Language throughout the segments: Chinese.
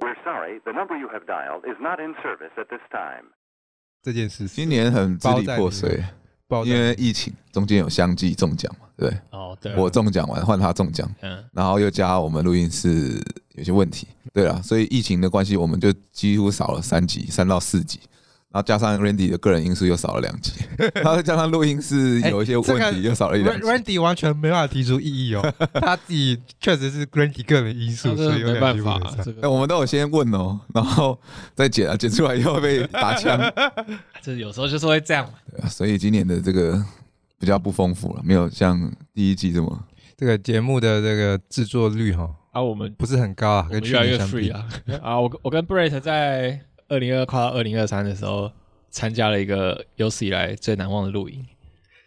We're sorry, the number you have dialed is not in service at this time. 这件事情，今年很支离破碎，包因为疫情中间有相继中奖嘛，对不对，哦，对啊，我中奖完换他中奖，嗯，然后又加我们录音室有些问题，对啦，所以疫情的关系，我们就几乎少了三集，三到四集，然后加上 Randy 的个人因素又少了两 集，然后再加上录音室有一些哎问这题个又少了一两集 Ran-，Randy 完全没办法提出异议 哦，他自己确实是 Randy 个人因素，这所个以有没点办提不法啊出来，这哎，个我们都有先问哦，然后再剪啊，剪出来又被打枪， 这有时候就是会这样嘛。对啊所以今年的这个比较不丰富了，没有像第一季这么。这个节目的这个制作率哈、啊，我们不是很高啊，我跟们去越来越年相比 free 啊 啊！我我跟 Brett 在二零二跨二零二三的时候，参加了一个有史以来最难忘的露营。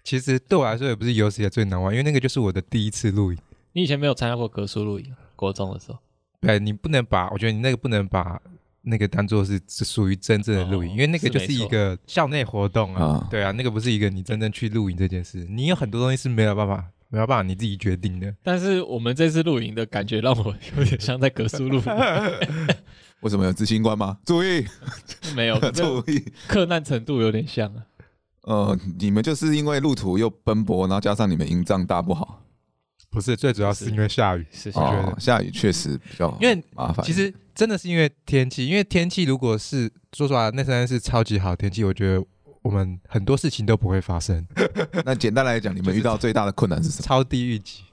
其实对我来说也不是有史以来最难忘，因为那个就是我的第一次录影。你以前没有参加过格数露营，国中的时候，对你不能把，我觉得你那个不能把那个当做是只属于真正的露营，哦因为那个是就没是一错个校内活动啊啊，对啊，那个不是一个你真正去露营这件事，你有很多东西是没有办法没有办法你自己决定的。但是我们这次露营的感觉让我 有点像在格数露营， 为什么有执行官吗？注意，没有， 注就意！克难程度有点像啊。呃，你们就是因为路途又奔波，然后加上你们营帐搭不好，不是，最主要 是因为下雨，是是觉哦得，下雨确实比较因为麻烦。其实真的是因为天气，因为天气如果是说实话，那三是超级好的天气，我觉得我们很多事情都不会发 生，那简单来讲，你们遇到最大的困难是什么？超低预期。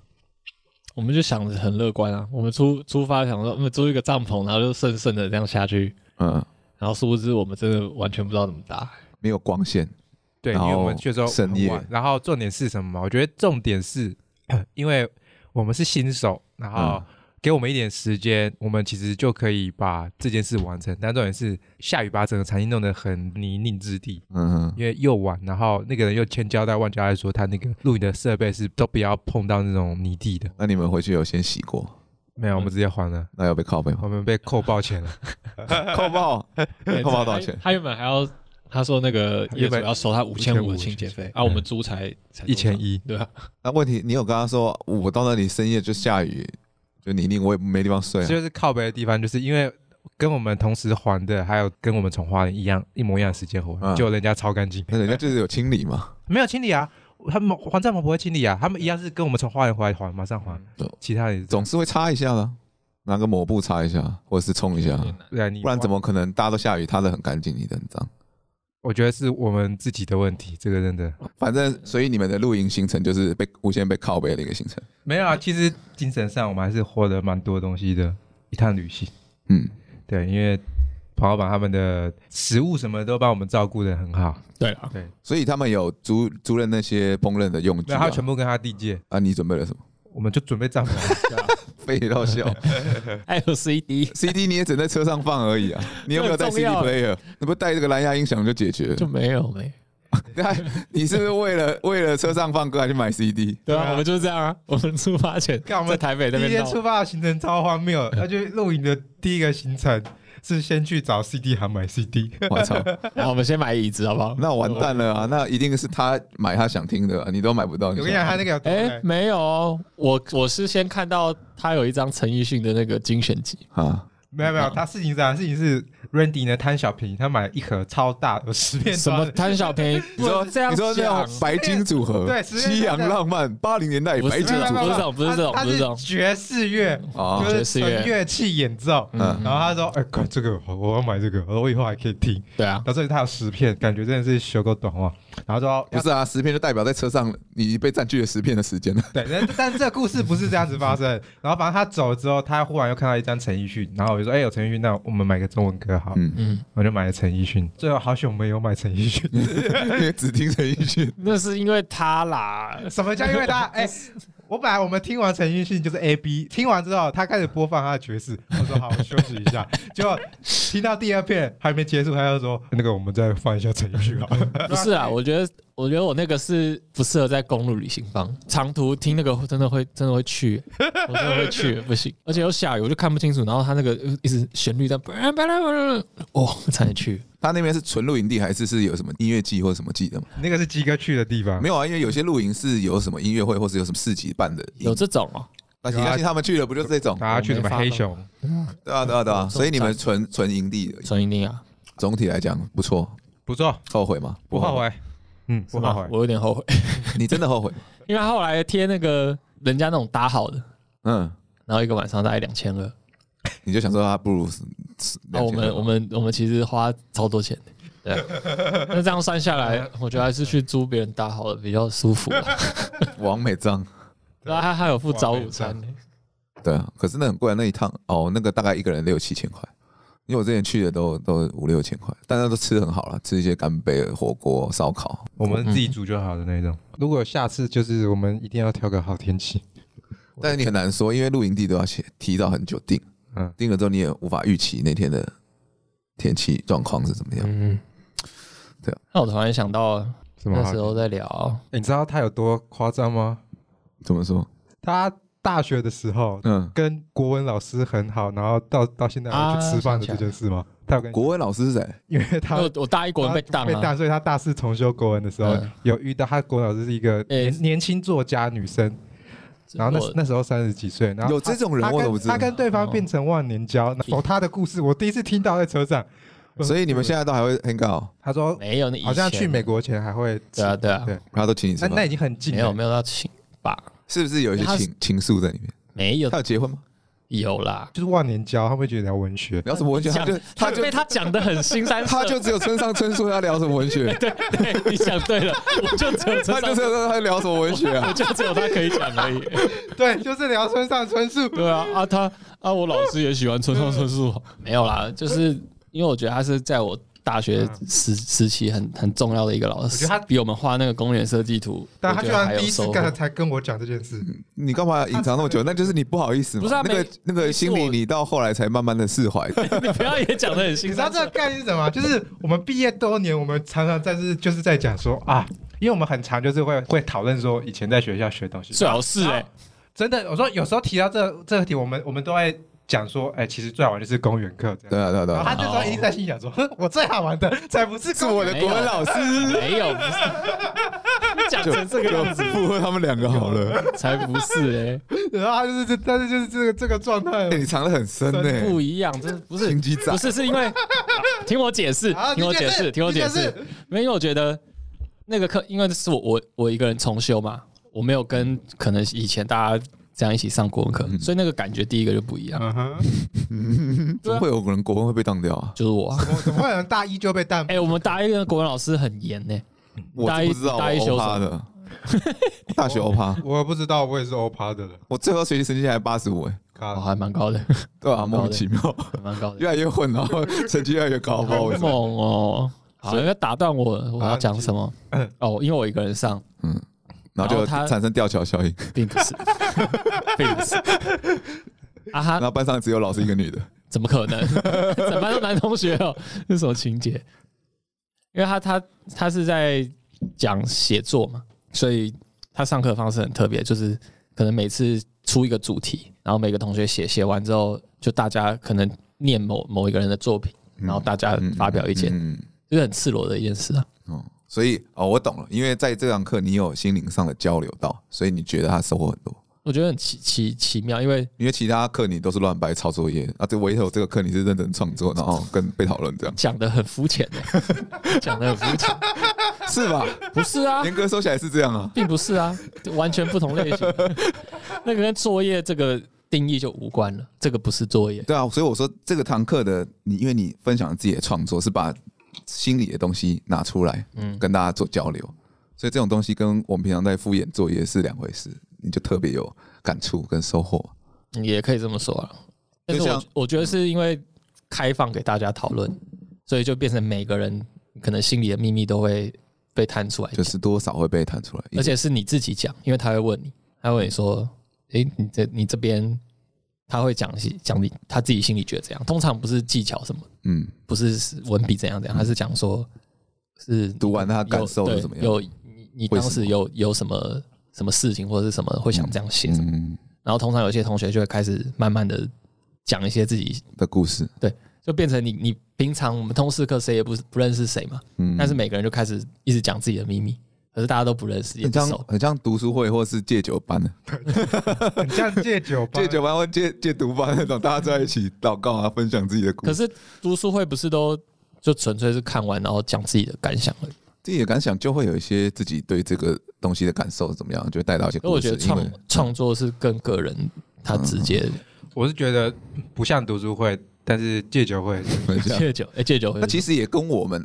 我们就想着很乐观啊，我们出出发想说，嗯，租一个帐篷，然后就顺顺的这样下去，嗯，然后殊不知我们真的完全不知道怎么搭。没有光线，对，因然为我后们去的时候深很夜晚。然后重点是什么嘛？我觉得重点是， 因为我们是新手，然后嗯给我们一点时间，我们其实就可以把这件事完成。但重点是，下雨把整个餐厅弄得很泥泞之地，嗯，因为又晚，然后那个人又千交代万交代说，他那个录影的设备是都不要碰到那种泥地的。那你们回去有先洗过，没有，我嗯们直接还了，那要被靠背 吗？我们被扣报钱了。扣爆， 对扣爆多少钱他？他原本还要，他说那个业原主本要收他五千五5500的清洁费，啊，我们租才才多少1100对啊，那问题，你有跟他说我到那里深夜就下雨，就泥泞，我也没地方睡、这啊。就是靠北的地方，就是因为跟我们同时还的，还有跟我们从花莲一样一模一样的时间还，嗯就人家超干净。那人家就是有清理嘛，没有清理啊，他们还帐篷不会清理啊，他们一样是跟我们从花园回来还，马上还。嗯其他人总是会擦一下的，拿个抹布擦一下，或者是冲一下，对啊，你不然怎？么可能大家都下雨，擦的很干净，你的很脏？我觉得是我们自己的问题，这个真的反正，所以你们的露营行程就是被无限被靠背的一个行程。没有啊。其实精神上我们还是获得蛮多东西的，一趟旅行。嗯，对，因为彭老板他们的食物什么都帮我们照顾的很好，对啊，所以他们有租租了那些烹饪的用具然啊、后他全部跟他弟借，啊，你准备了什么？我们就准备帐篷。废到笑 还有 CD ，CD 你也只能在车上放而已啊，你有没有带这很 CD 重要 player？你不带这个蓝牙音响就解决了 哎就？没有没。你是不是为了为了车上放歌还去买 CD？对对啊，啊我们就是这样啊，我们出发前干我们在台北那第一边天闹出发的行程超荒谬， 他就露营的第一个行程是先去找 CD 行买 CD。我操，然后我们先买椅子好不好？那完蛋了啊！那一定是他买他想听的啊，你都买不到。我你跟你想讲，他那个有多哎、累没有哦，我我是先看到他有一张陈奕迅的那个精选集，啊，没有没有，他事情是这啊样，事情是 Randy 呢贪小便宜，他买了一盒超大有十片什么装的贪小便宜，你说 不能这样你说那讲种白金组合，对十月西洋浪漫，八零年代不是白金没有组没有合不是这种不是这种他不是这他种是爵士乐，就啊爵是士纯乐乐器演奏。嗯然后他说：“哎、哥，这个我我要买这个，我说我以后还可以听。对啊”，到这里他有十片，感觉真的是修够短袜。然后说不是啊，十片就代表在车上你被占据了十片的时间了。对，但但这个故事不是这样子发生。然后反正他走了之后，他忽然又看到一张陈奕迅，然后我就说：“哎、有陈奕迅，那我们买个中文歌好。嗯嗯，我就买了陈奕迅。最后好险我们有买陈奕迅。因为只听陈奕迅，那是因为他啦， 什么叫因为他？哎、我本来我们听完陈奕迅就是 A B，听完之后他开始播放他的爵士，我说好，我休息一下。结果听到第二片还没结束，他就说那个我们再放一下陈奕迅好了。不是啊，我觉得我觉得我那个是不适合在公路旅行放，长途听那个真的会真的会 去，我真的会去，不行，而且又下雨，我就看不清楚，然后他那个呃一直旋律在，哦，差点去，他那边是纯露营地还是是有什么音乐季或什么季的吗？那个是鸡哥去的地方，没有啊，因为有些露营是有什么音乐会或是有什么市集办的，有这种哦，那行，相信他们去了不就是这种？大家去什么黑熊？对啊，对啊，对啊。嗯所以你们纯纯营地而已，陈一定啊，总体来讲不错。不错，后悔吗？不后。悔，嗯，是不吗后悔。我有点后悔， 你真的后悔？因为他后来贴那个人家那种搭好的，嗯，然后一个晚上大概两千二，你就想说他啊不如是是那哦我两千们多我们我们其实花超多钱的。对啊， 那这样算下来，我觉得还是去租别人搭好的比较舒服啊。 王美章。然后他还有付早午餐呢，对啊，可是那很贵啊，那一趟哦，那个大概一个人六七千块，因为我之前去的都都五六千块，但那都吃得很好了，吃一些干贝、火锅、烧烤。我们自己煮就好的那种。嗯如果下次就是我们一定要挑个好天气，但是你很难说，因为露营地都要先提早很久订，嗯订了之后你也无法预期那天的天气状况是怎么样。嗯，对啊。那我突然想到，什么那好时？候在聊，欸你知道他有多夸张吗？怎么说？他大学的时候嗯，跟国文老师很好，然后到到现在还去吃饭的这件事啊吗？他有跟你国文老师是谁？因为因他为我我大一国文被当被啊，当，所以他大四重修国文的时候、嗯有遇到他国文老师是一个欸年、年轻作家女生，然后我那那时候三十几岁，然后有他这种人他我跟怎么知道他跟对方变成忘年交，哦，他的故事我第一次听到在车上，所以你们现在都还会 hang out，他说没有，那以前好像去美国前还会吃对啊对啊，对他都请你吃那那饭已，经很近没了，有没有要请吧？是不是有一他些是情情愫在里面？没有他有结婚吗？有啦，就是忘年交，他们会觉得聊文 学，聊什么文学？他讲就他他就被他讲的很心酸，他就只有村上春树要聊什么文学，对哎对，你讲对了，我就只有他 就村上是他在聊什么文学啊我？就只有他可以讲而已。对，就是聊村上春树，对啊，啊他啊我老师也喜欢村上春树，没有啦，就是因为我觉得他是在我大学时时期很很重要的一个老师，我觉得他比我们画那个公园设计图，但我他觉居得然还有第一次收获。刚才才跟我讲这件事，你干嘛隐藏那么久？那就是你不好意思嘛。啊不是啊那没个那个心没理，错你到后来才慢慢的释 怀。 啊你不要也讲的很你心知道酸这。个概念是什么吗？就是我们毕业多年，我们常常在是就是在讲说啊，因为我们很常就是会会讨论说以前在学校学东西，最好是哎、真的，我说有时候提到这这个题，我们我们都会讲说，哎、其实最好玩就是公园课这样。对啊，对啊，对然后啊。他这时候一定在心想说，哼，我最好玩的才不是是公我园，的国文老师，没有，不是讲就成这个样子就附和他们两个好了。才不是哎 然后他就是这，但是就是这个这个状态哎，。你藏得很深哎、呢。不一样，这不是心机仔不是是因为、啊听我解释好，听我你解解释释，听我你解解释释，没有因为我觉得那个课，因为是我我我一个人重修嘛，我没有跟可能以前大家这样一起上国文课，所以那个感觉第一个就不一样，嗯哼，啊怎么会有人国文会被当掉啊？就是我啊、怎么怎么会有人大一就被淡哎、？我们大一的国文老师很严呢、我大一就不知道，大一我修欧趴什的， 大学欧趴，我不知道，我也是欧趴的人。我最后学习成绩还八十五，哎，靠哦，还蛮高的，对啊，莫名其妙，蛮高 越的，来越混，然后成绩越来越高，不知道为好什么。猛哦！好，要打断我，我要讲什么？哦，因为我一个人上，然后然就后他产生吊桥效应，并不 是，并不是。啊然哈，后班上只有老师一个女的，怎么可 能？整班都男同学哦，这是什么情节？因为他他他是在讲写作嘛，所以他上课的方式很特别，就是可能每次出一个主题，然后每个同学写写完之后，就大家可能念某某一个人的作品，然后大家嗯发表意见，嗯，嗯这是很赤裸的一件事啊。嗯哦，所以哦，我懂了，因为在这堂课你有心灵上的交流到，所以你觉得他收获很多。我觉得很奇奇奇妙，因为因为其他课你都是乱掰抄作业，啊，这唯有这个课你是认真创作，然后跟被讨论 这样，讲的很肤浅欸， 讲的很肤浅，是吧？不是啊，严格说起来是这样啊，并不是啊，完全不同类 型。那个跟作业这个定义就无关了，这个不是作业。对啊，所以我说这个堂课的你，因为你分享自己的创作，是把心里的东西拿出来，嗯，跟大家做交流，所以这种东西跟我们平常在敷衍作业是两回事，你就特别有感触跟收获。嗯也可以这么说了。但是就我像我觉得是因为开放给大家讨论，所以就变成每个人可能心里的秘密都会被摊出来，就是多少会被弹出来，而且是你自己讲，因为他会问你，他会问你说：“诶，你这你这边。”他会讲讲你他自己心里觉得怎样，通常不是技巧什么，嗯，不是文笔怎样怎样，他是讲说是读完他感受有是怎么样？有你你当时有有什么什么事情或者是什么会想这样写什么？嗯然后通常有些同学就会开始慢慢的讲一些自己，的故事，就变成你你平常我们通识课谁也不不认识谁嘛，嗯，但是每个人就开始一直讲自己的秘密。可可是大家都不认识，也很不像熟。很像读书会或是戒酒班的，很像 戒酒吧，戒酒班或戒戒毒班那种，大家在一起祷告啊，分享自己的故可事，是读书会不是都就纯粹是看完然后讲自己的感想而已？自己的感想就会有一些自己对这个东西的感受怎么样，就带到一些所以我故觉事得。因为嗯创创作是更个人，他直接我是觉得不像读书会，但是戒酒会 分享，戒酒，哎，戒酒会那其实也跟我们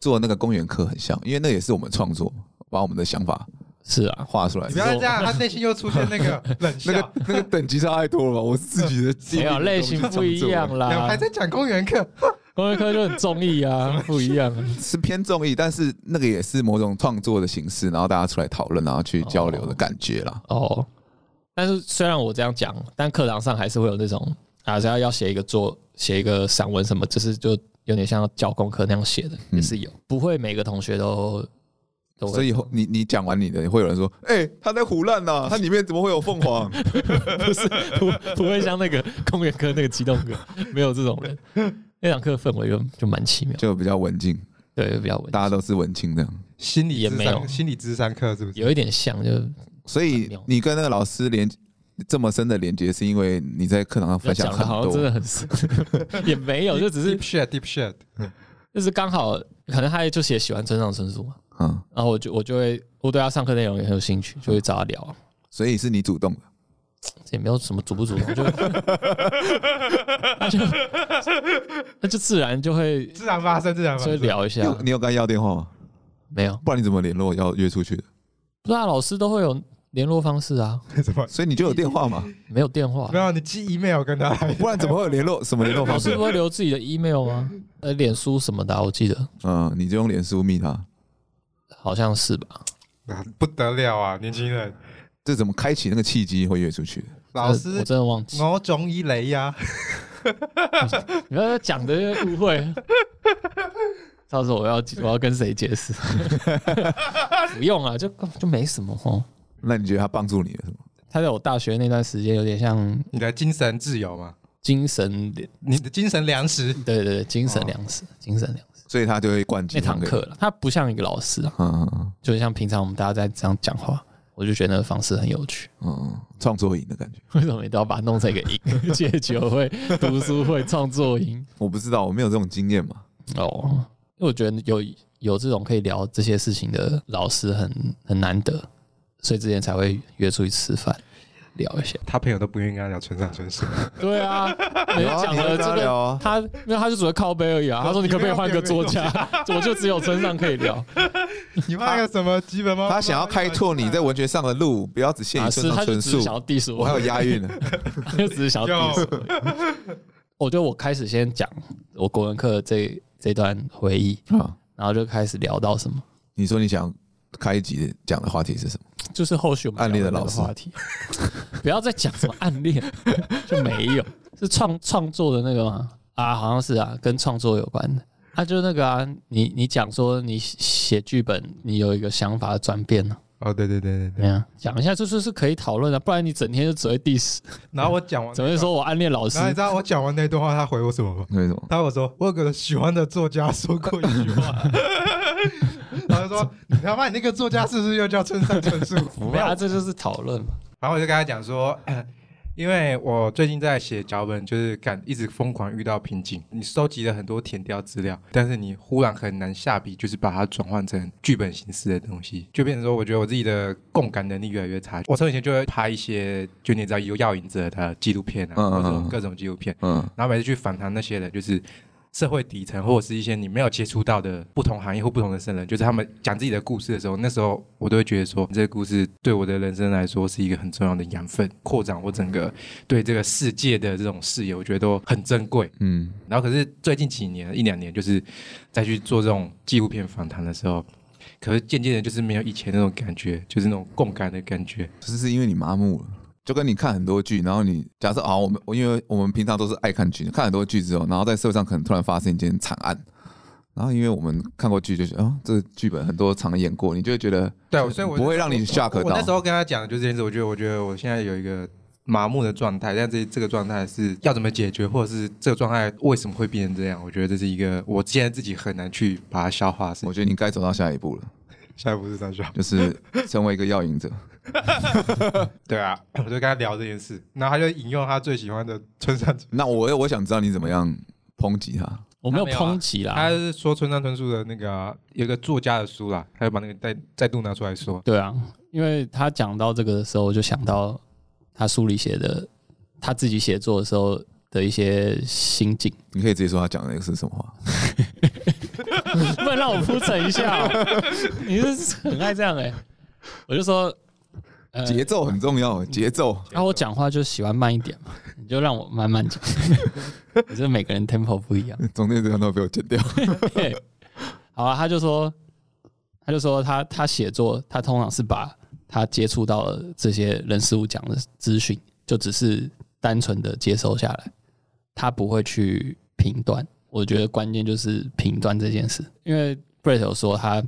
做那个公园课很像，因为那也是我们创作，把我们的想法是啊，画出来你。不要再这样，他内心又出现那个 冷那笑个。那个等级差太多了吧？我自 己的经没历有类型不一样，啦还，在讲公园课，公益课就很综 艺啊，不一样啊。是偏综艺，但是那个也是某种创作的形式，然后大家出来讨论，然后去交流的感觉啦。哦，但是虽然我这样讲，但课堂上还是会有那种啊，只要要写一个作，写一个散文什么，就是就有点像教功课那样写的，也是有，不会每个同学都都嗯所会，以以后你你讲完你的，会有人说：“哎、他在胡乱 呐，他里面怎么会有凤凰，不是 不不会像那个公园科那个激动哥，没有这种人。那堂课氛围就就蛮奇妙？”就比较文静，对，就比较文大家都是文青这样。心理也智没有商，心理智商课是不是？有一点像，就所以你跟那个老师连这么深的连接，是因为你在课堂上分享讲的很好像真多的很 深，也没有，就只是 deep shit deep shit，就是刚好，可能他就写喜欢村上春树嘛，嗯，然后我就我就会我对他上课内容也很有兴趣，就会找他聊啊。所以是你主动的。这也没有什么主不主动，就那就那就自然就会自然发生，自然发就会生。聊一你下有，你有跟他要电话吗？没有，不然你怎么联络要约出去的？不然老师都会有联络方式啊，什么？所以你就有电话 嘛，没有电话没，有，你寄 email 跟他啊来，不然怎么会有联络什么联络老方师式 不？会留自己的 email 吗？呃，脸书什么的啊，我记得嗯，你就用脸书密他，好像是吧。啊 不得了啊！年轻人，这怎么开启那个契机会约出去的？老真的师我，真的忘记，我总以雷呀，你不要讲的误会。 到时候我要我要跟谁解 释？不用啊，就就没什么哦。那你觉得他帮助你了什么？他在我大学那段时间有点像你的精神自由嘛，精神，你的精神粮食，对对对，精神粮食，精神粮食。所以他就会灌进哦那堂个课，了，他不像一个老师啊，嗯嗯就像平常我们大家在这样讲话，我就觉得那个方式很有趣。嗯嗯，创作营的感觉。为什么你都要把它弄成一个 营？戒酒会、读书会、创作营我不知道，我没有这种经验嘛。哦，因为我觉得有有这种可以聊这些事情的老师很很难得，所以之前才会约出去吃饭聊一下。他朋友都不愿意跟他聊村上春树，对 啊，你有啊讲你会了跟这他聊个啊，他没有，他就只会靠背而已啊。他说你可不可以换个作家？我就只有村上可以聊。 你画个什么基本吗？他想要开拓你在文学上的路，不要只限啊，于是村上他就春只是树想。要 diss 我还有押韵呢。 就 只是想要低俗而已。我觉得我开始先讲我国文课这这段回忆，啊，然后就开始聊到什么，你说你想开一集讲的话题是什么？就是后续我们暗恋的聊老师那个话题， 不要再讲什么暗恋， 就没有是创创作的那个吗？啊，好像是啊，跟创作有关的。啊，就是那个啊，你你讲说你写剧本，你有一个想法的转变呢、哦，对对对对怎对。么样？讲一下，就是是可以讨论的，不然你整天就只会 diss，然后我哦讲完，只会说我暗恋老师然后你知道我讲完那段话，他回我什么吗？为什么？他我说我有个喜欢的作家说过一句话， 然后他说你他妈你那个作家是不是又叫村上春树？ 没有啊，这就是讨论嘛。然后我就跟他讲说，因为我最近在写脚本，就是感一直疯狂遇到瓶颈。你收集了很多填调资料，但是你忽然很难下笔，就是把它转换成剧本形式的东西，就变成说，我觉得我自己的共感能力越来越差。我从以前就会拍一些，就你知道有药瘾者的纪录片啊，嗯各嗯嗯种各种纪录片，嗯，然后每次去访谈那些人，就是社会底层或者是一些你没有接触到的不同行业或不同的生人，就是他们讲自己的故事的时候，那时候我都会觉得说，这个故事对我的人生来说是一个很重要的养分，扩展我整个对这个世界的这种视野，我觉得都很珍贵。嗯，然后可是最近几年一两年，就是再去做这种纪录片访谈的时候。可是渐渐的，就是没有以前那种感觉，就是那种共感的感觉。就是是因为你麻木了。就跟你看很多剧，然后你假设啊，我们我因为我们平常都是爱看剧，看很多剧之后，然后在社会上可能突然发生一件惨案，然后因为我们看过剧，就觉得啊，这个剧本很多场演过，你就会觉得对，所以我不会让你 shock 我那时啊到。候跟他讲的就是这件事，我觉得，我觉得我现在有一个麻木的状态，但这这个状态是要怎么解决，或者是这个状态为什么会变成这样？我觉得这是一个我现在自己很难去把它消化的事我情。觉得你该走到下一步了。下一步是三小。 就是成为一个药瘾者。对啊，我就跟他聊这件事，然后他就引用他最喜欢的村上春，那我我想知道你怎么样抨击他。我没有他没有啊抨击他啦，是说村上春树的那个啊有一个作家的书啦，他就把那个再再度拿出来说。对啊，因为他讲到这个的时候，我就想到他书里写的他自己写作的时候的一些心境，你可以直接说他讲的那个是什么话。 不能让我铺陈一 下、哦，你是很爱这样哎、我就说，呃，节奏很重要，节奏。啊，我讲话就喜欢慢一点嘛，你就让我慢慢讲， 可是每个人 tempo 不一样。中间这段都被我剪掉。对，好啊，他就说，他就说他他写作，他通常是把他接触到的这些人事物讲的资讯，就只是单纯的接收下来，他不会去评断。我觉得关键就是评断这件事，因为 Brett 有说他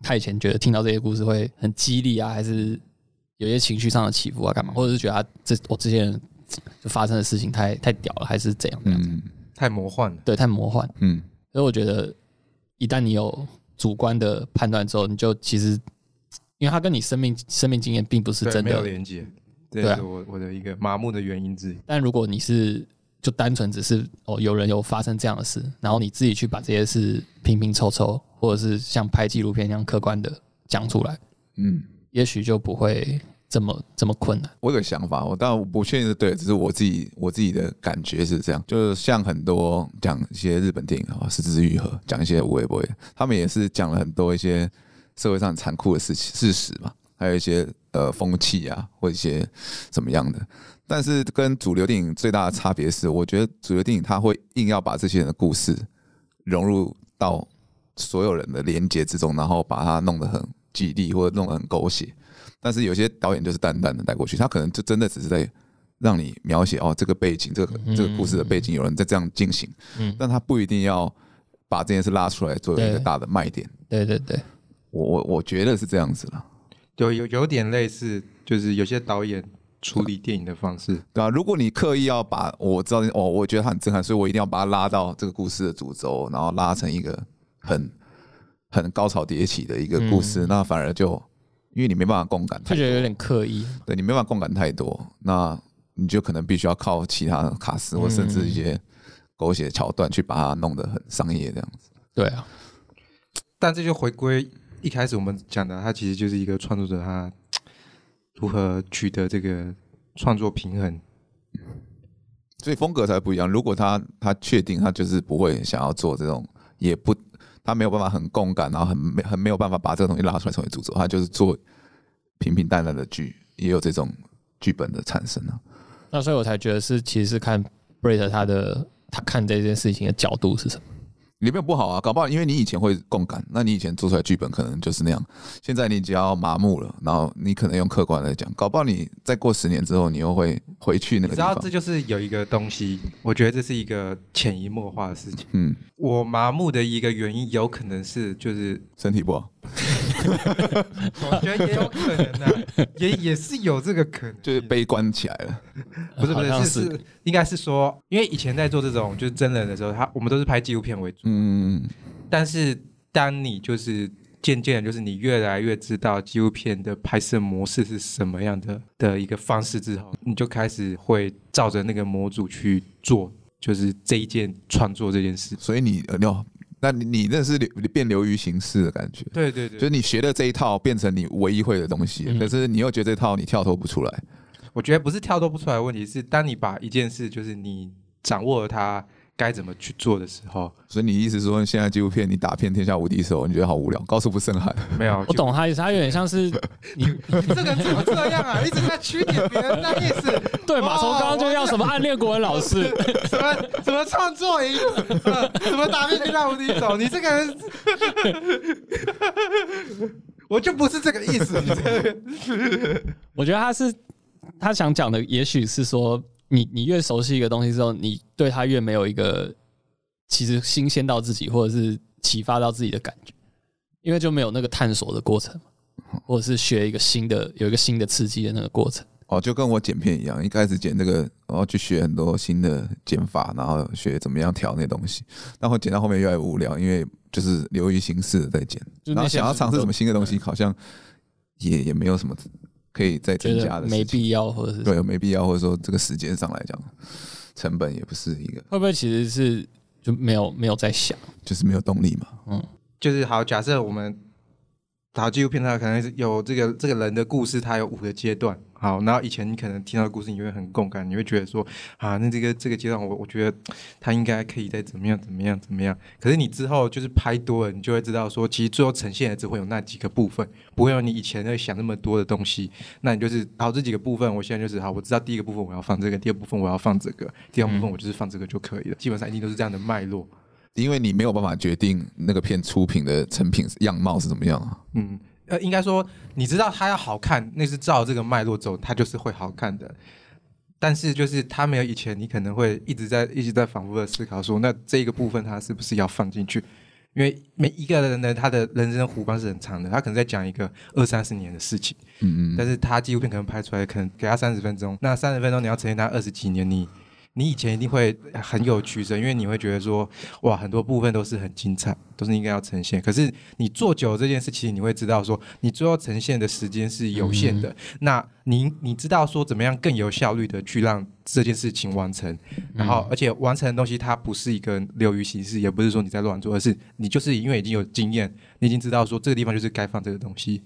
他以前觉得听到这些故事会很激励啊，还是有些情绪上的起伏啊，干嘛，或者是觉得他这我这些人就发生的事情太太屌了，还是怎样怎样，嗯太魔幻了，对，太魔幻。嗯，所以我觉得，一旦你有主观的判断之后，你就其实，因为它跟你生命生命经验并不是对真没有的。连接，这对也啊是我我的一个麻木的原因之一。但如果你是就单纯只是哦，有人有发生这样的事，然后你自己去把这些事拼拼凑凑，或者是像拍纪录片一样客观的讲出来，嗯，也许就不会这么这么困难。我有个想法，我但我不确定是对的，只是我自己我自己的感觉是这样，就是像很多讲一些日本电影啊，是之愈合，讲一些无为不为，他们也是讲了很多一些社会上残酷的事情事实嘛，还有一些呃风气啊，或一些怎么样的。但是跟主流电影最大的差别是，我觉得主流电影它会硬要把这些人的故事融入到所有人的连接之中，然后把它弄得很激励或者弄得很狗血。但是有些导演就是淡淡的带过去，他可能就真的只是在让你描写哦，这个背景，这个这个故事的背景，有人在这样进行，嗯但他不一定要把这件事拉出来作为一个对大的卖点。对对对，我我我觉得是这样子了，有有有点类似，就是有些导演处理电影的方式，对啊，如果你刻意要把我知道哦，我觉得它很震撼，所以我一定要把它拉到这个故事的主轴，然后拉成一个很很高潮迭起的一个故事，那反而就因为你没办法共感太嗯就觉得有点刻意。对你没办法共感太多，那你就可能必须要靠其他的卡司或嗯甚至一些狗血桥段去把它弄得很商业这样子。对啊，但这就回归一开始我们讲的，它其实就是一个创作者他如何取得这个创作平衡。所以风格才不一样。如果他他确定他就是不会想要做这种，也不他没有办法很共感，然后很没很没有办法把这个东西拉出来成为主轴，他就是做平平淡淡的剧，也有这种剧本的产生啊。那所以我才觉得是其实是看 Brett 他的他看这件事情的角度是什么。里面不好啊，搞不好因为你以前会共感，那你以前做出来剧本可能就是那样，现在你只要麻木了，然后你可能用客观来讲，搞不好你再过十年之后，你又会回去那你个知地道，方。这就是有一个东西，我觉得这是一个潜移默化的事情。嗯， 我麻木的一个原因，有可能是就是，身体不好， 我觉得也有可能啊的、 也也是有这个可能，就是悲观起来了。不是不好是像是是是，应该是说，因为以前在做这种就是真人的时候，他我们都是拍纪录片为主，嗯，但是当你就是渐渐地就是你越来越知道纪录片的拍摄模式是什么样的的一个方式之后，你就开始会照着那个模组去做，就是这一件创作这件事。所以你呃，no，那你你那是流变流于形式的感觉，对对对就是你学的这一套变成你唯一会的东西，嗯可是你又觉得这套你跳脱不出来。我觉得不是跳脱不出来的问题，是当你把一件事，就是你掌握了它该怎么去做的时候，所以你意思说，现在纪录片你打遍天下无敌手，你觉得好无聊，高处不胜 寒。没有，我懂他意思，他有点 像是就。这个人怎么这样啊？一直在曲解别人的意思，对马从刚刚就要什么暗恋国文老师，什么什么创作营， 呃什么打遍天下无敌手，你这个人， 我就不是这个意思。你这个人我觉得他是他想讲的，也许是说你你越熟悉一个东西之后，你对他越没有一个其实新鲜到自己或者是启发到自己的感觉，因为就没有那个探索的过程嘛，或者是学一个新的有一个新的刺激的那个过程。哦，就跟我剪片一样，一开始剪这个，然后去学很多新的剪法，然后学怎么样调那东西，然后剪到后面越来越无聊，因为就是流于形式的在剪，就那些然后想要尝试什么新的东西，都好像也也没有什么可以再觉增加得的没事情，必要，或者是对，没必要，或者说这个时间上来讲，成本也不是一个，会不会其实是就没有没有在想，就是没有动力嘛。就是好，假设我们打纪录片，它可能是有这个这个人的故事，它有五个阶段。好，然后以前你可能听到的故事，你会很共感，你会觉得说啊，那这个这个阶段我，我觉得他应该可以再怎么样怎么样怎么样。可是你之后就是拍多了，你就会知道说，其实最后呈现的只会有那几个部分，不会有你以前在想那么多的东西。那你就是好这几个部分，我现在就是好，我知道第一个部分我要放这个，第二部分我要放这个，第二部分我就是放这个就可以了。基本上一定都是这样的脉络。因为你没有办法决定那个片出品的成品样貌是怎么样啊，嗯，呃，应该说你知道它要好看，那是照这个脉络走，它就是会好看的。但是就是它没有以前，你可能会一直在一直在反复的思考说，那这一个部分它是不是要放进去？因为每一个人呢，他的人生弧光是很长的，他可能在讲一个二三十年的事情，嗯嗯，但是他纪录片可能拍出来，可能给他三十分钟，那三十分钟你要呈现他二十几年，你你以前一定会很有取舍，因为你会觉得说，哇，很多部分都是很精彩，都是应该要呈现。可是你做久了这件事情，你会知道说，你最后呈现的时间是有限的。那你你知道说怎么样更有效率的去让这件事情完成，然后而且完成的东西它不是一个流于形式，也不是说你在乱做，而是你就是因为已经有经验，你已经知道说这个地方就是该放这个东西。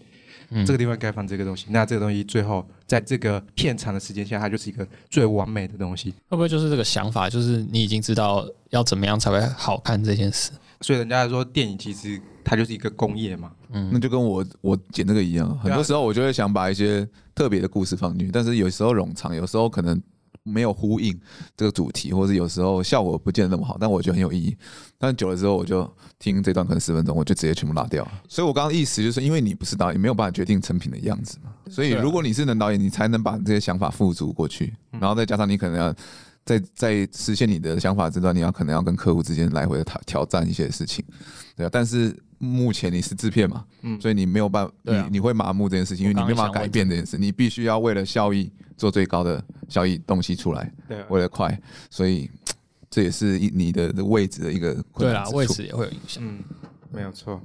这个地方该放这个东西，那这个东西最后在这个片长的时间下，它就是一个最完美的东西。会不会就是这个想法，就是你已经知道要怎么样才会好看这件事？所以人家说电影其实它就是一个工业嘛，那就跟我我剪这个一样啊，很多时候我就会想把一些特别的故事放进去，但是有时候冗长，有时候可能没有呼应这个主题，或者有时候效果不见得那么好，但我觉得很有意义。但久了之后，我就听这段可能十分钟，我就直接全部拉掉。所以我刚刚意思就是，因为你不是导演，没有办法决定成品的样子嘛。所以如果你是能导演，你才能把这些想法付诸过去，然后再加上你可能要在在实现你的想法之段，你要可能要跟客户之间来回的挑挑战一些事情，对啊。但是目前你是制片嘛，嗯所以你没有办法，对啊你你会麻木这件事情，因为你我刚没刚有办法想改问变这件事，你必须要为了效益做最高的效益东西出来，对啊为了快，所以这也是一你的位置的一个困对难啦之，处位置也会有影响，嗯，没有错。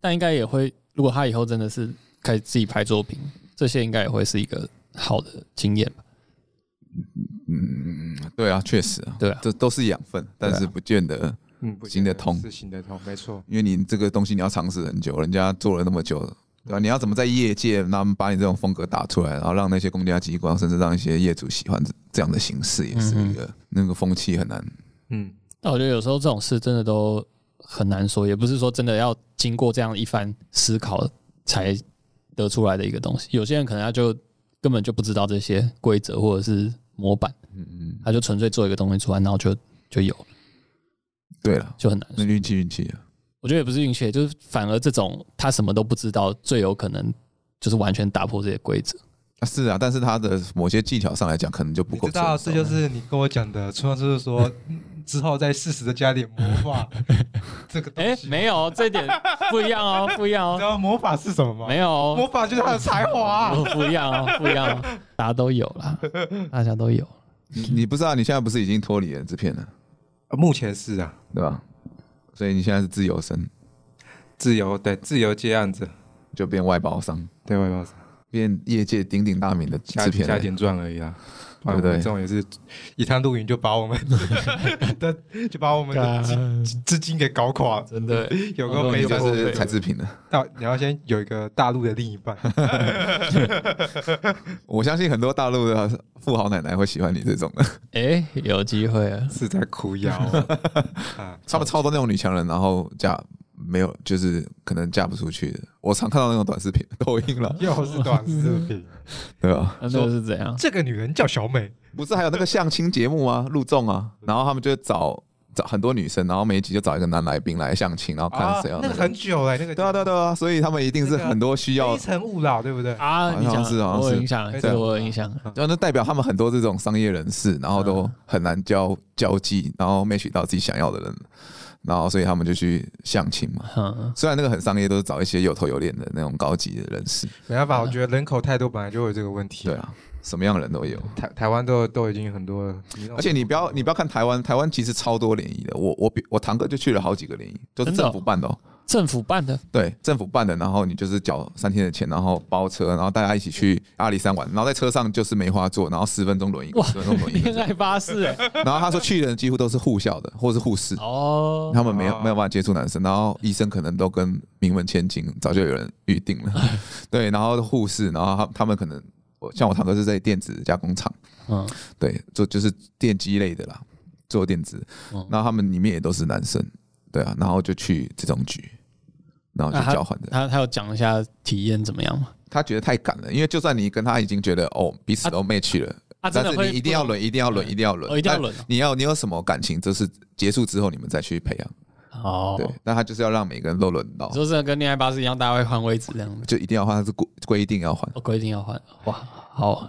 但应该也会，如果他以后真的是开始自己拍作品，这些应该也会是一个好的经验吧？嗯，对啊，确实啊，对啊这都是养分，但是不见得，嗯，不行得见通是行得通，没错。因为你这个东西你要尝试很久，人家做了那么久，对啊吧、你要怎么在业界，那么把你这种风格打出来，然后让那些公家机关，甚至让一些业主喜欢这这样的形式，嗯也是一个、那个风气很难。嗯，但我觉得有时候这种事真的都很难说，也不是说真的要经过这样一番思考才得出来的一个东西。有些人可能他就根本就不知道这些规则或者是模板，嗯嗯，他就纯粹做一个东西出来，然后就就有了，对了，就很难那说运气运气啊，我觉得也不是运气，就是反而这种他什么都不知道，最有可能就是完全打破这些规则。啊是啊，但是他的某些技巧上来讲，可能就不你够知成熟。道，这就是你跟我讲的，村上就是 说嗯之后在适时的加点魔 法这个哎、东西。没有这点不一样哦，不一样你知哦，道魔法是什么吗？没有、魔哦，法就是他的才华、啊不不一样哦，不一样哦，大家都有 啦，大家都有。你你不知道，你现在不是已经脱离了制片了， 目前是啊，对吧？所以你现在是自由身，自由对自由接案子，就变外包商，对外包 装变业界鼎鼎大名的加制片加人。点赚而已啦。对不对哇我们这种也是一趟露营就把我们的 就把我们的资 资金给搞垮了，真的，有我个们没你就准就是是采制品的，到你要先有一个大陆的另一半， 我相信很多大陆的富豪奶奶会喜欢你这种的，哎、有机会啊，是在哭 腰哦啊！他们超多那种女强人，然后嫁没有，就是可能嫁不出去的。我常看到那种短视频、抖音了，又是短视 频，对吧？那这个是怎样？这个女人叫小美，不是还有那个相亲节目啊，陆纵啊，然后他们就找找很多女生，然后每一集就找一个男来宾来相亲，然后看谁要、啊啊那个很久哎，那个对啊，对啊，对啊，所以他们一定是很多需要非，诚勿扰，对不对？啊，你好讲像是好像我有是影响，非这个常我有影响。然后哦那代表他们很多这种商业人士，然后都嗯很难交交际，然后 match 到自己想要的人，然后所以他们就去相亲嘛。嗯，虽然那个很商业，都是找一些有头有脸的那种高级的人士，没办法，我觉得人口太多本来就有这个问题。对，啊，什么样的人都有。嗯台台湾都都已经很多了，而且你不要你不要看台湾，台湾其实超多联谊的。我我比我堂哥就去了好几个联谊，都是真的哦政府办的、哦。政府办的，对，政府办的，然后你就是缴三天的钱，然后包车，然后大家一起去阿里山玩，然后在车上就是梅花座，然后十分钟轮椅，哇十分钟轮椅。 恋爱巴士哎，然后他说去的人几乎都是护校的或是护士，哦，他们没有哦没有办法接触男生，然后医生可能都跟名门千金早就有人预定了，哎 对，然后护士，然后他他们可能我像我堂哥是在电子加工厂，嗯，对，做就是电机类的啦，做电子，哦然后他们里面也都是男生，对啊，然后就去这种局，然后啊就交换的。他他有讲一下体验怎么样吗？他觉得太赶了，因为就算你跟他已经觉得哦彼此都 match 了，啊，真但的是会你一定要轮，一定要轮，一定要轮，哦一定要轮但你要你有什么感情，就是结束之后你们再去培养。哦，对，但他就是要让每个人都轮到你，说真的跟恋爱巴士一样，大家会换位置这样子，就一定要换，他是规规定要换。我规定要换，哇，好，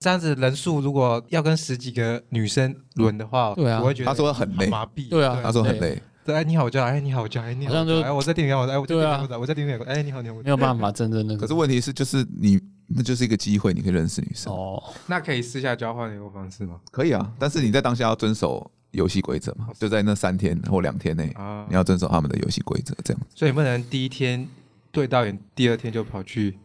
这样子人数如果要跟十几个女生轮的话，对啊我会觉得他说很累麻痹。对啊他说很累，对，哎你好我叫，哎你好我叫，哎你好好像我就叫，哎我在店里我哎我在对啊店里我在店里哎你好你好我没有办法真正那可个是问题是就是你那就是一个机会，你可以认识女生，哦，那可以私下交换联络方式吗？可以啊，但是你在当下要遵守游戏规则哦嘛，就在那三天或两天内，啊你，要遵守他们的游戏规则，这样。所以不能第一天对到眼，第二天就跑去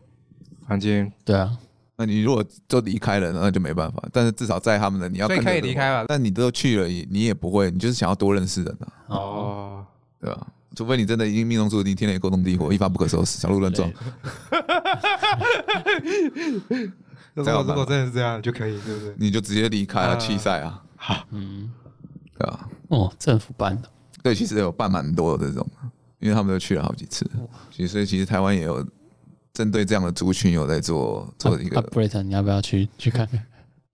房间，对啊，那你如果就离开了，那就没办法。但是至少在他们的，你要所以跟着可以对离方开吧但你都去了，也你也不会，你就是想要多认识人啊，哦，对吧？除非你真的已经命中注定，天雷勾动地火，一发不可收拾，小鹿乱撞。如这样果吧如果真的是这样就可以，对不对？你就直接离开啊，啊弃赛啊，嗯，对啊，哦，政府办的，对，其实有办蛮多的这种，因为他们都去了好几次，其实所以其实台湾也有针对这样的族群有在做做一个啊啊，，Britain，你要不要去去 看看？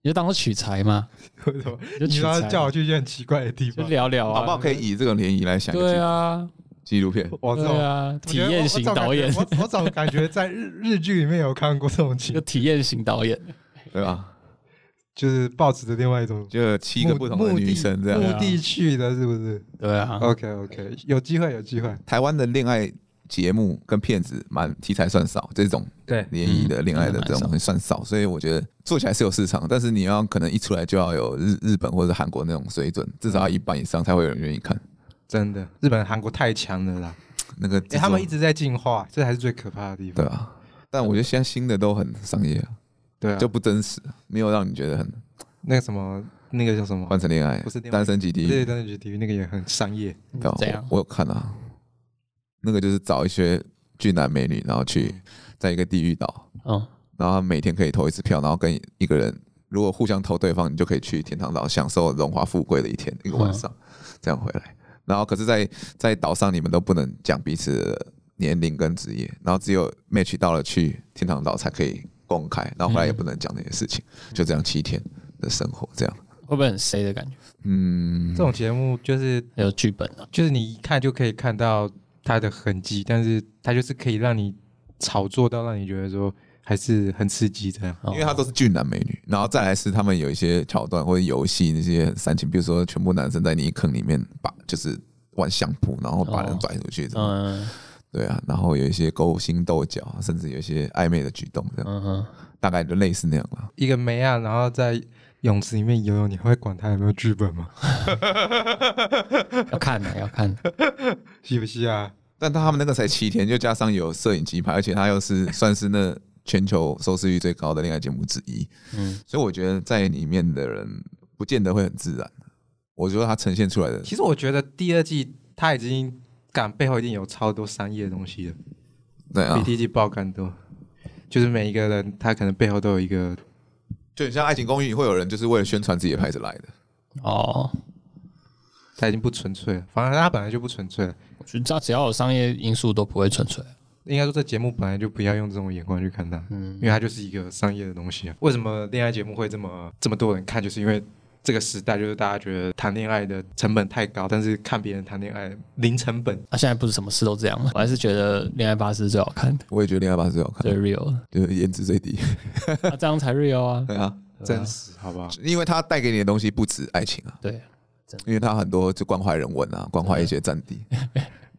你就当做取材嘛，为什么？就你取说材他叫我去一些很奇怪的地就方，聊聊啊，好不好？可以以这个联谊来想一对个啊，纪纪录片，我这对种啊，我觉体得我验型导演，我我总感觉在 日日剧里面有看过这种就情，体验型导演，对吧？就是抱持着另外一种就有七个不同的目女生这样目。的啊目的去的，是不是 对啊， ？OK OK，有机会有机会，台湾的恋爱节目跟片子蛮题材算少，这种对联谊的恋爱的嗯这种真的东西算少，所以我觉得做起来是有市场，但是你要可能一出来就要有日日本或者韩国那种水准，至少要一半以上才会有人愿意看。真的，日本、韩国太强了啦！那个制哎、作、他们一直在进化，这才是最可怕的地方。对啊，但我觉得现在新的都很商业啊，对啊，就就不真实，没有让你觉得很那个什么，那个叫什么？换成恋爱不是恋爱单身级地对，狱，单局体育那个也很商业。对啊怎样我我有看啊，那个就是找一些俊男美女，然后去嗯在一个地狱岛。嗯，然后他每天可以投一次票，然后跟一个人如果互相投对方，你就可以去天堂岛享受荣华富贵的一天一个晚上，嗯这样回来。然后可是在，在岛上你们都不能讲彼此的年龄跟职业，然后只有 match 到了去天堂岛才可以公开，然后回来也不能讲那些事情，就这样七天的生活这样。会不会很 C 的感觉？嗯这，种节目就是还有剧本啊，就是你一看就可以看到它的痕迹，但是它就是可以让你炒作到让你觉得说还是很刺激这样。哦嗯因为他都是俊男美女，然后再来是他们有一些桥段或者游戏那些很煽情，比如说全部男生在泥坑里面把就是玩相扑，然后把人哦拽出去这样。嗯对啊，然后有一些勾心斗角，啊甚至有一些暧昧的举动，这样、嗯嗯，大概就类似那样啦。一个梅亚，然后在泳池里面游泳，你会管他有没有剧本吗？要看啊的要看，是不是啊？但他们那个才七天，就加上有摄影机拍，而且他又是算是那全球收视率最高的恋爱节目之一，嗯，所以我觉得在里面的人不见得会很自然。我觉得他呈现出来的，其实我觉得第二季他已经敢背后一定有超多商业的东西了，对啊比，第一季爆更多。就是每一个人他可能背后都有一个就很像《爱情公寓》，会有人就是为了宣传自己的牌子来的。哦，他已经不纯粹了，反正他本来就不纯粹了。我觉得只要只要有商业因素都不会纯粹，应该说这节目本来就不要用这种眼光去看它，嗯因为它就是一个商业的东西啊。为什么恋爱节目会这么这么多人看，就是因为。这个时代就是大家觉得谈恋爱的成本太高，但是看别人谈恋爱零成本，啊，现在不是什么事都这样了，我还是觉得《恋爱巴士》最好看的，我也觉得《恋爱巴士》最好最看， real，的就是颜值最低。啊，这样才 real 啊，对啊，真实好不好？因为他带给你的东西不止爱情啊，对，因为他很多就关怀人文啊，关怀一些战地。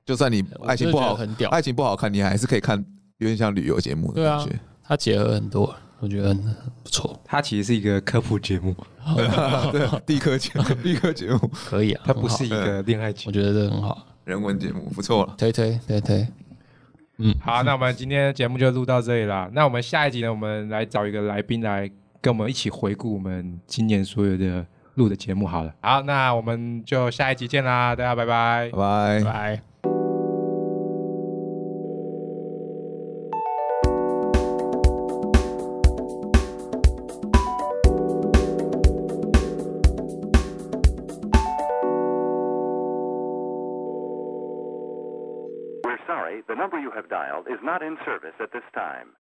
就算你爱情不好，我真的觉得很屌爱情不好看，你还是可以看有点像旅游节目的对啊感觉。它结合很多，我觉得很很不错，它其实是一个科普节目， 对，地科节目，地科节目，可以啊，它不很好是一个恋爱节目。我觉得这很好，人文节目，不错了。推推推推，好，那我们今天的节目就录到这里啦。那我们下一集呢，我们来找一个来宾来跟我们一起回顾我们今年所有的录的节目。好了，好，那我们就下一集见啦，大家拜拜拜。拜。拜。 We're sorry, the number you have dialed is not in service at this time.